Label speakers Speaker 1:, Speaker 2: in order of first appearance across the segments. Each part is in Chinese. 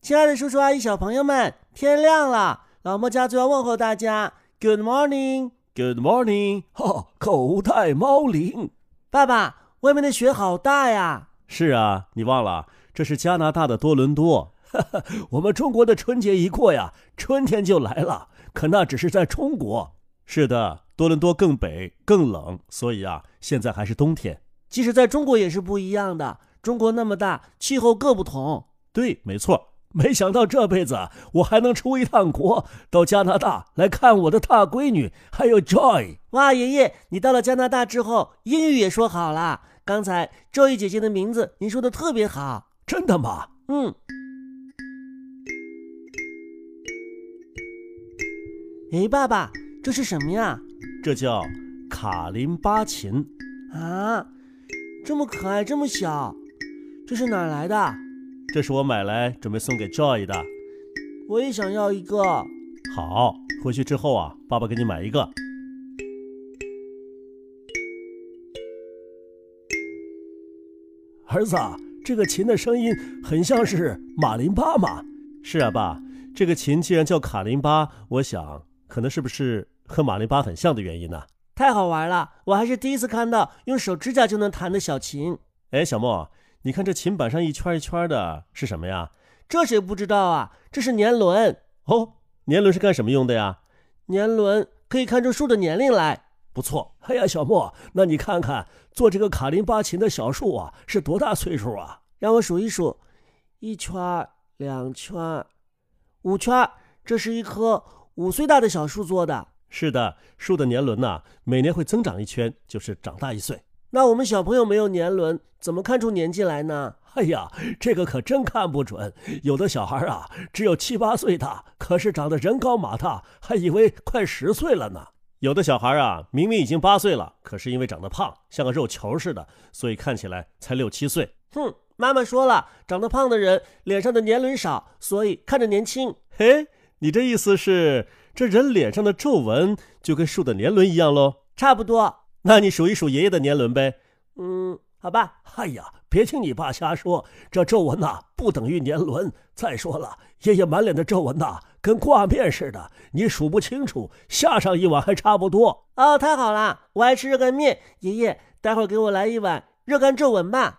Speaker 1: 亲爱的叔叔阿姨、小朋友们，天亮了，老莫家族要问候大家，Good morning，Good
Speaker 2: morning，哈，口袋猫铃。
Speaker 1: 爸爸，外面的雪好大呀！
Speaker 2: 是啊，你忘了，这是加拿大的多伦多。 我们中国的春节一过呀，春天就来了。可那只是在中国。是的，多伦多更北更冷，所以啊，现在还是冬天。
Speaker 1: 即使在中国也是不一样的，中国那么大，气候各不同。
Speaker 2: 对，没错。没想到这辈子我还能出一趟国，到加拿大来看我的大闺女，还有 Joy。
Speaker 1: 哇，爷爷，你到了加拿大之后，英语也说好了。刚才 Joy 姐姐的名字您说的特别好，
Speaker 2: 真的吗？
Speaker 1: 嗯。哎，爸爸，这是什么呀？
Speaker 2: 这叫卡林巴琴
Speaker 1: 啊，这么可爱，这么小，这是哪来的？
Speaker 2: 这是我买来准备送给 Joy 的。
Speaker 1: 我也想要一个。
Speaker 2: 好，回去之后啊，爸爸给你买一个。儿子，啊这个琴的声音很像是马林巴嘛？是啊，爸，这个琴既然叫卡林巴，我想。可能是不是和马林巴很像的原因呢、啊？
Speaker 1: 太好玩了，我还是第一次看到用手指甲就能弹的小琴。
Speaker 2: 哎，小莫，你看这琴板上一圈一圈的是什么呀？
Speaker 1: 这谁不知道啊？这是年轮
Speaker 2: 哦，年轮是干什么用的呀？
Speaker 1: 年轮可以看出树的年龄来。
Speaker 2: 不错，哎呀，小莫，那你看看做这个卡林巴琴的小树啊，是多大岁数啊？
Speaker 1: 让我数一数，一圈、两圈、五圈，这是一棵。五岁大的小树做的，
Speaker 2: 是的，树的年轮呐、啊，每年会增长一圈，就是长大一岁。
Speaker 1: 那我们小朋友没有年轮，怎么看出年纪来呢？
Speaker 2: 哎呀，这个可真看不准。有的小孩啊，只有七八岁大，可是长得人高马大，还以为快十岁了呢。有的小孩啊，明明已经八岁了，可是因为长得胖，像个肉球似的，所以看起来才六七岁。
Speaker 1: 哼，妈妈说了，长得胖的人脸上的年轮少，所以看着年轻。
Speaker 2: 嘿。你这意思是，这人脸上的皱纹就跟树的年轮一样喽？
Speaker 1: 差不多。
Speaker 2: 那你数一数爷爷的年轮呗。
Speaker 1: 嗯，好吧。
Speaker 2: 哎呀，别听你爸瞎说，这皱纹呐、啊、不等于年轮。再说了，爷爷满脸的皱纹呐、啊、跟挂面似的，你数不清楚，下上一碗还差不多。
Speaker 1: 哦，太好了，我爱吃热干面。爷爷，待会儿给我来一碗热干皱纹吧。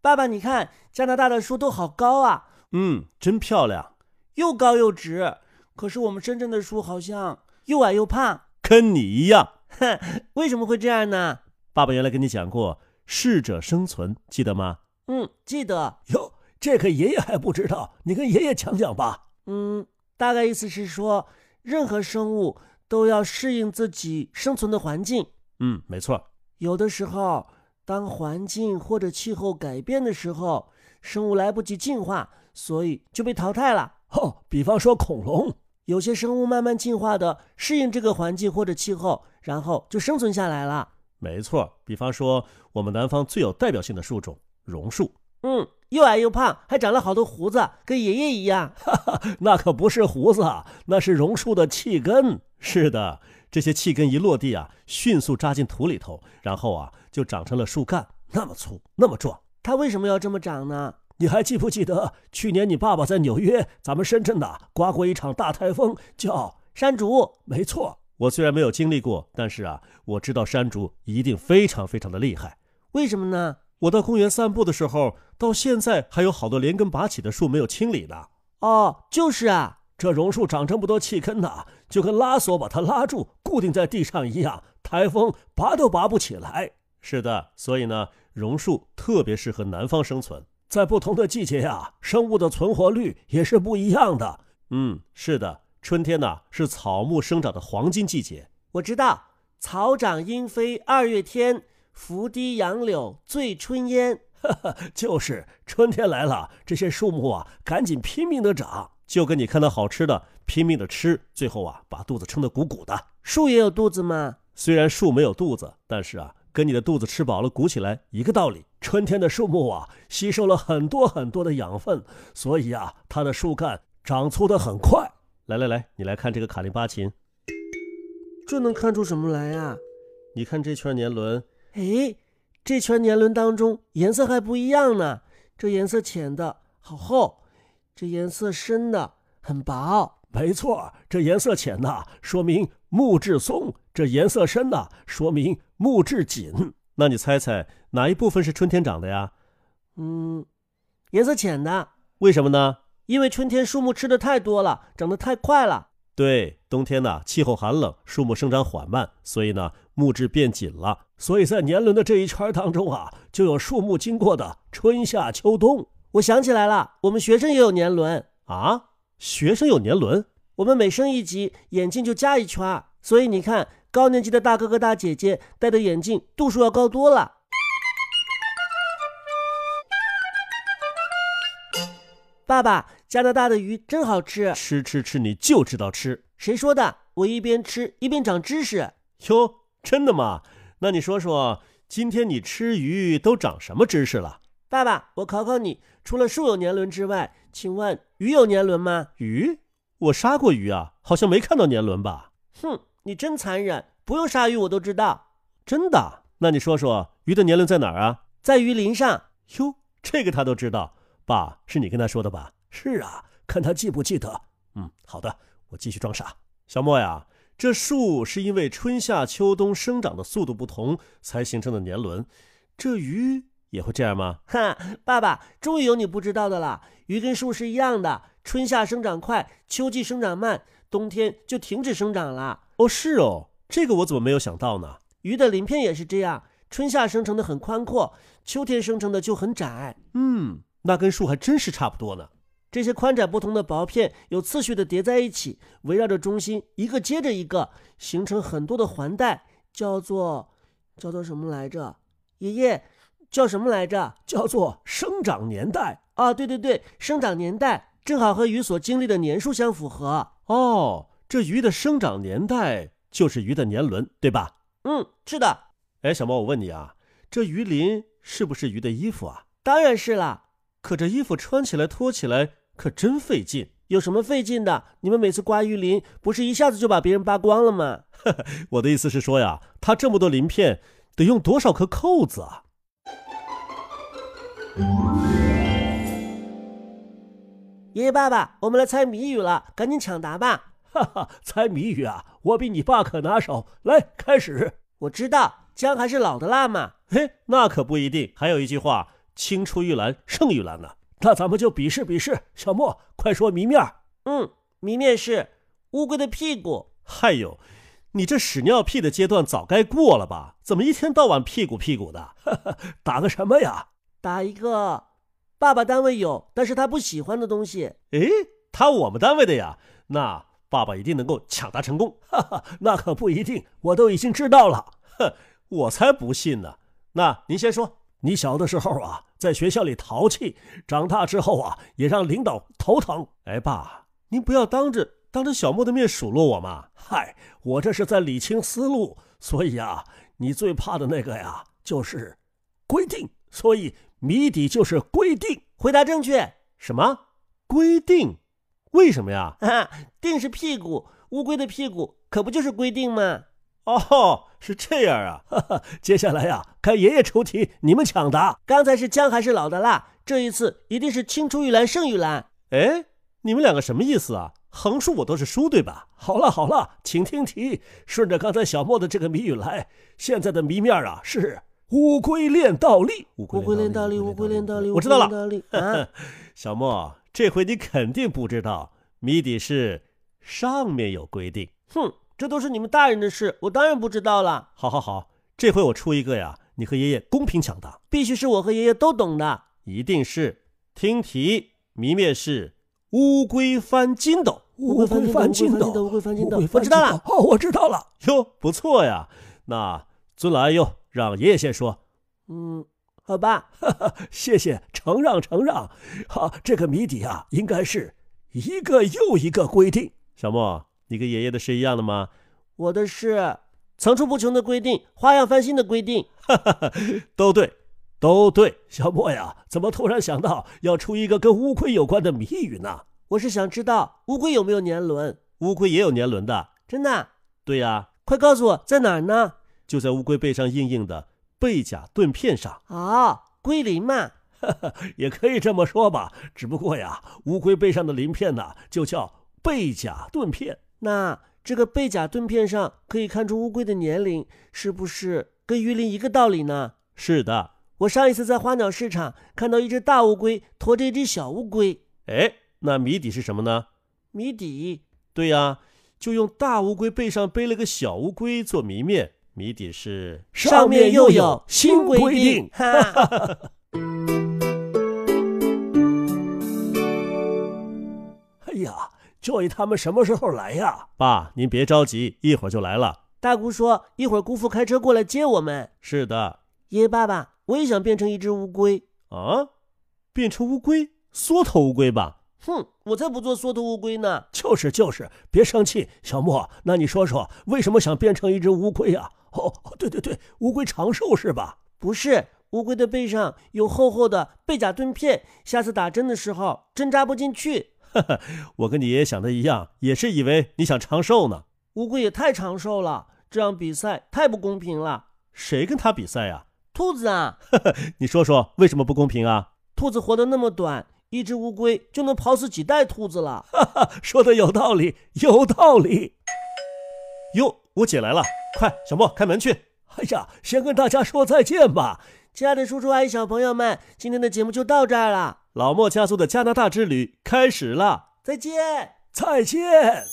Speaker 1: 爸爸，你看加拿大的树都好高啊！
Speaker 2: 嗯，真漂亮，
Speaker 1: 又高又直。可是我们深圳的树好像又矮又胖，
Speaker 2: 跟你一样。
Speaker 1: 哼，为什么会这样呢？
Speaker 2: 爸爸原来跟你讲过“适者生存”，记得吗？
Speaker 1: 嗯，记得。
Speaker 2: 哟，这个爷爷还不知道，你跟爷爷讲讲吧。
Speaker 1: 嗯，大概意思是说，任何生物都要适应自己生存的环境。
Speaker 2: 嗯，没错。
Speaker 1: 有的时候。当环境或者气候改变的时候，生物来不及进化，所以就被淘汰了。
Speaker 2: 哦，比方说恐龙，
Speaker 1: 有些生物慢慢进化的适应这个环境或者气候，然后就生存下来了。
Speaker 2: 没错，比方说我们南方最有代表性的树种榕树，
Speaker 1: 嗯，又矮又胖，还长了好多胡子，跟爷爷一样。
Speaker 2: 哈哈，那可不是胡子，啊那是榕树的气根。是的。这些气根一落地啊，迅速扎进土里头，然后啊，就长成了树干，那么粗，那么壮。
Speaker 1: 它为什么要这么长呢？
Speaker 2: 你还记不记得去年你爸爸在纽约，咱们深圳呐、啊，刮过一场大台风，叫
Speaker 1: 山竹？
Speaker 2: 没错，我虽然没有经历过，但是啊，我知道山竹一定非常非常的厉害。
Speaker 1: 为什么呢？
Speaker 2: 我到公园散步的时候，到现在还有好多连根拔起的树没有清理呢。
Speaker 1: 哦，就是啊。
Speaker 2: 这榕树长这么多气根呐、啊，就跟拉锁把它拉住、固定在地上一样，台风拔都拔不起来。是的，所以呢，榕树特别适合南方生存。在不同的季节呀、啊，生物的存活率也是不一样的。嗯，是的，春天呐、啊、是草木生长的黄金季节。
Speaker 1: 我知道，草长莺飞二月天，拂堤杨柳醉春烟。
Speaker 2: 就是春天来了，这些树木啊，赶紧拼命的长。就跟你看到好吃的拼命的吃，最后啊把肚子撑得鼓鼓的。
Speaker 1: 树也有肚子吗？
Speaker 2: 虽然树没有肚子，但是啊跟你的肚子吃饱了鼓起来一个道理。春天的树木啊吸收了很多很多的养分，所以啊它的树干长粗的很快。来来来，你来看这个卡林巴琴，
Speaker 1: 这能看出什么来啊？
Speaker 2: 你看这圈年轮，
Speaker 1: 哎，这圈年轮当中颜色还不一样呢，这颜色浅的好厚，这颜色深的很薄。
Speaker 2: 没错，这颜色浅呐、说明木质松；这颜色深呐、说明木质紧。那你猜猜哪一部分是春天长的呀？
Speaker 1: 嗯，颜色浅的，
Speaker 2: 为什么呢？
Speaker 1: 因为春天树木吃的太多了，长得太快了。
Speaker 2: 对，冬天呐，气候寒冷，树木生长缓慢，所以呢，木质变紧了。所以在年轮的这一圈当中啊，就有树木经过的春夏秋冬
Speaker 1: 我想起来了，我们学生也有年轮，
Speaker 2: 啊。学生有年轮，
Speaker 1: 我们每升一级眼镜就加一圈儿，所以你看高年级的大哥哥大姐姐戴的眼镜度数要高多了。爸爸，加拿大的鱼真好吃，
Speaker 2: 吃吃吃，你就知道吃
Speaker 1: 谁说的？我一边吃一边长知识。
Speaker 2: 哟，真的吗？那你说说，今天你吃鱼都长什么知识了？
Speaker 1: 爸爸，我考考你，除了树有年轮之外，请问鱼有年轮吗？
Speaker 2: 鱼？我杀过鱼啊，好像没看到年轮吧？
Speaker 1: 哼，你真残忍，不用鲨鱼我都知道，
Speaker 2: 真的？啊那你说说鱼的年轮在哪儿啊？
Speaker 1: 在鱼鳞上。
Speaker 2: 哟，这个他都知道。爸，是你跟他说的吧？是啊，看他记不记得。嗯，好的，我继续装傻。小莫呀，这树是因为春夏秋冬生长的速度不同才形成的年轮，这鱼也会这样吗？
Speaker 1: 哈，爸爸，终于有你不知道的啦。鱼跟树是一样的，春夏生长快，秋季生长慢，冬天就停止生长了。
Speaker 2: 哦，是哦，这个我怎么没有想到呢？
Speaker 1: 鱼的鳞片也是这样，春夏生成的很宽阔，秋天生成的就很窄。
Speaker 2: 嗯，那跟树还真是差不多呢。
Speaker 1: 这些宽窄不同的薄片有次序的叠在一起，围绕着中心一个接着一个，形成很多的环带，叫做叫做什么来着？爷爷叫什么来着？
Speaker 2: 啊叫做生长年代。哎
Speaker 1: 啊，对对对，生长年代正好和鱼所经历的年数相符合。
Speaker 2: 哦，这鱼的生长年代就是鱼的年轮，对吧？
Speaker 1: 嗯，是的，
Speaker 2: 哎，小猫，我问你啊，这鱼鳞是不是鱼的衣服啊？
Speaker 1: 当然是啦，
Speaker 2: 可这衣服穿起来、脱起来可真费劲。
Speaker 1: 有什么费劲的？你们每次刮鱼鳞，不是一下子就把别人扒光了吗？
Speaker 2: 我的意思是说呀，它这么多鳞片，得用多少颗扣子啊？
Speaker 1: 爷爷、爸爸，我们来猜谜语了，赶紧抢答吧！
Speaker 2: 哈哈，猜谜语啊，我比你爸可拿手。来，开始。
Speaker 1: 我知道姜还是老的辣嘛。
Speaker 2: 嘿，那可不一定。还有一句话，青出于蓝胜于蓝呢、那咱们就比试比试。小莫，快说谜面儿。
Speaker 1: 嗯，谜面是乌龟的屁股。
Speaker 2: 嗨呦，你这屎尿屁的阶段早该过了吧？怎么一天到晚屁股屁股的？哈哈，打个什么呀？
Speaker 1: 打一个，爸爸单位有，但是他不喜欢的东西。
Speaker 2: 诶，他我们单位的呀，那爸爸一定能够抢答成功。哈哈，那可不一定，我都已经知道了。哼，我才不信呢。那您先说，你小的时候啊，在学校里淘气，长大之后啊，也让领导头疼。哎，爸，您不要当着当着小莫的面数落我嘛。嗨，我这是在理清思路，所以啊，你最怕的那个呀，就是规定。所以谜底就是规定。
Speaker 1: 回答正确，
Speaker 2: 什么规定？为什么呀？
Speaker 1: 哈哈，定是屁股，乌龟的屁股可不就是规定吗？
Speaker 2: 哦，是这样啊！哈哈，接下来呀、该爷爷出题，你们抢答。
Speaker 1: 刚才是姜还是老的辣，这一次一定是青出于蓝胜于蓝。
Speaker 2: 哎，你们两个什么意思啊？横竖我都是输，对吧？好了好了，请听题，顺着刚才小莫的这个谜语来。现在的谜面啊是乌龟练倒立，乌
Speaker 1: 乌龟练倒立，乌龟练倒立，
Speaker 2: 我知道了
Speaker 1: 乌龟练倒立 啊！
Speaker 2: 小莫，这回你肯定不知道，谜底是上面有规定。
Speaker 1: 哼，这都是你们大人的事，我当然不知道了，
Speaker 2: 好好好，这回我出一个呀，你和爷爷公平抢答。
Speaker 1: 必须是我和爷爷都懂的。
Speaker 2: 一定是听题谜面是乌龟翻筋斗。
Speaker 1: 乌龟翻筋斗，乌龟翻筋斗，乌龟翻筋斗，我知道了。
Speaker 2: 哦，我知道了。哟，不错呀。那尊来哟，让爷爷先说。
Speaker 1: 嗯，好吧，
Speaker 2: 谢谢，承让承让。好、这个谜底啊，应该是一个又一个规定。小莫，你跟爷爷的是一样的吗？
Speaker 1: 我的是层出不穷的规定，花样翻新的规定。
Speaker 2: 都对，都对。小莫呀，怎么突然想到要出一个跟乌龟有关的谜语呢？
Speaker 1: 我是想知道乌龟有没有年轮，
Speaker 2: 乌龟也有年轮的。
Speaker 1: 真的啊？
Speaker 2: 对呀、
Speaker 1: 快告诉我在哪儿呢？
Speaker 2: 就在乌龟背上硬硬的，背甲盾片上，
Speaker 1: 哦，龟鳞嘛，
Speaker 2: 也可以这么说吧。只不过呀，乌龟背上的鳞片呢，就叫背甲盾片。
Speaker 1: 那这个背甲盾片上可以看出乌龟的年龄，是不是跟鱼鳞一个道理呢？
Speaker 2: 是的，
Speaker 1: 我上一次在花鸟市场看到一只大乌龟驮着一只小乌龟，
Speaker 2: 哎，那谜底是什么呢？
Speaker 1: 谜底
Speaker 2: 对呀、就用大乌龟背上背了个小乌龟做谜面，谜底是
Speaker 1: 上面又有新规定，哈，
Speaker 2: 哎呀，Joy 他们什么时候来呀？爸，您别着急，一会儿就来了。
Speaker 1: 大姑说一会儿姑父开车过来接我们。
Speaker 2: 是的，
Speaker 1: 爷爷爸爸，我也想变成一只乌龟。
Speaker 2: 啊，变成乌龟，缩头乌龟吧？
Speaker 1: 哼，我才不做缩头乌龟呢！
Speaker 2: 就是就是，别生气，小莫。那你说说，为什么想变成一只乌龟呀、哦，对对对，乌龟长寿是吧？
Speaker 1: 不是，乌龟的背上有厚厚的背甲盾片，下次打针的时候针扎不进去。
Speaker 2: 我跟你爷爷想的一样，也是以为你想长寿呢。
Speaker 1: 乌龟也太长寿了，这样比赛太不公平了。
Speaker 2: 谁跟他比赛呀、
Speaker 1: 兔子啊，
Speaker 2: 你说说为什么不公平啊？
Speaker 1: 兔子活得那么短，一只乌龟就能跑死几代兔子了。
Speaker 2: 说的有道理，有道理。哟，我姐来了，快，小莫开门去。哎呀，先跟大家说再见吧。
Speaker 1: 亲爱的叔叔阿姨、哎小朋友们，今天的节目就到这儿了，
Speaker 2: 老莫家族的加拿大之旅开始啦，
Speaker 1: 再见。
Speaker 2: 再见。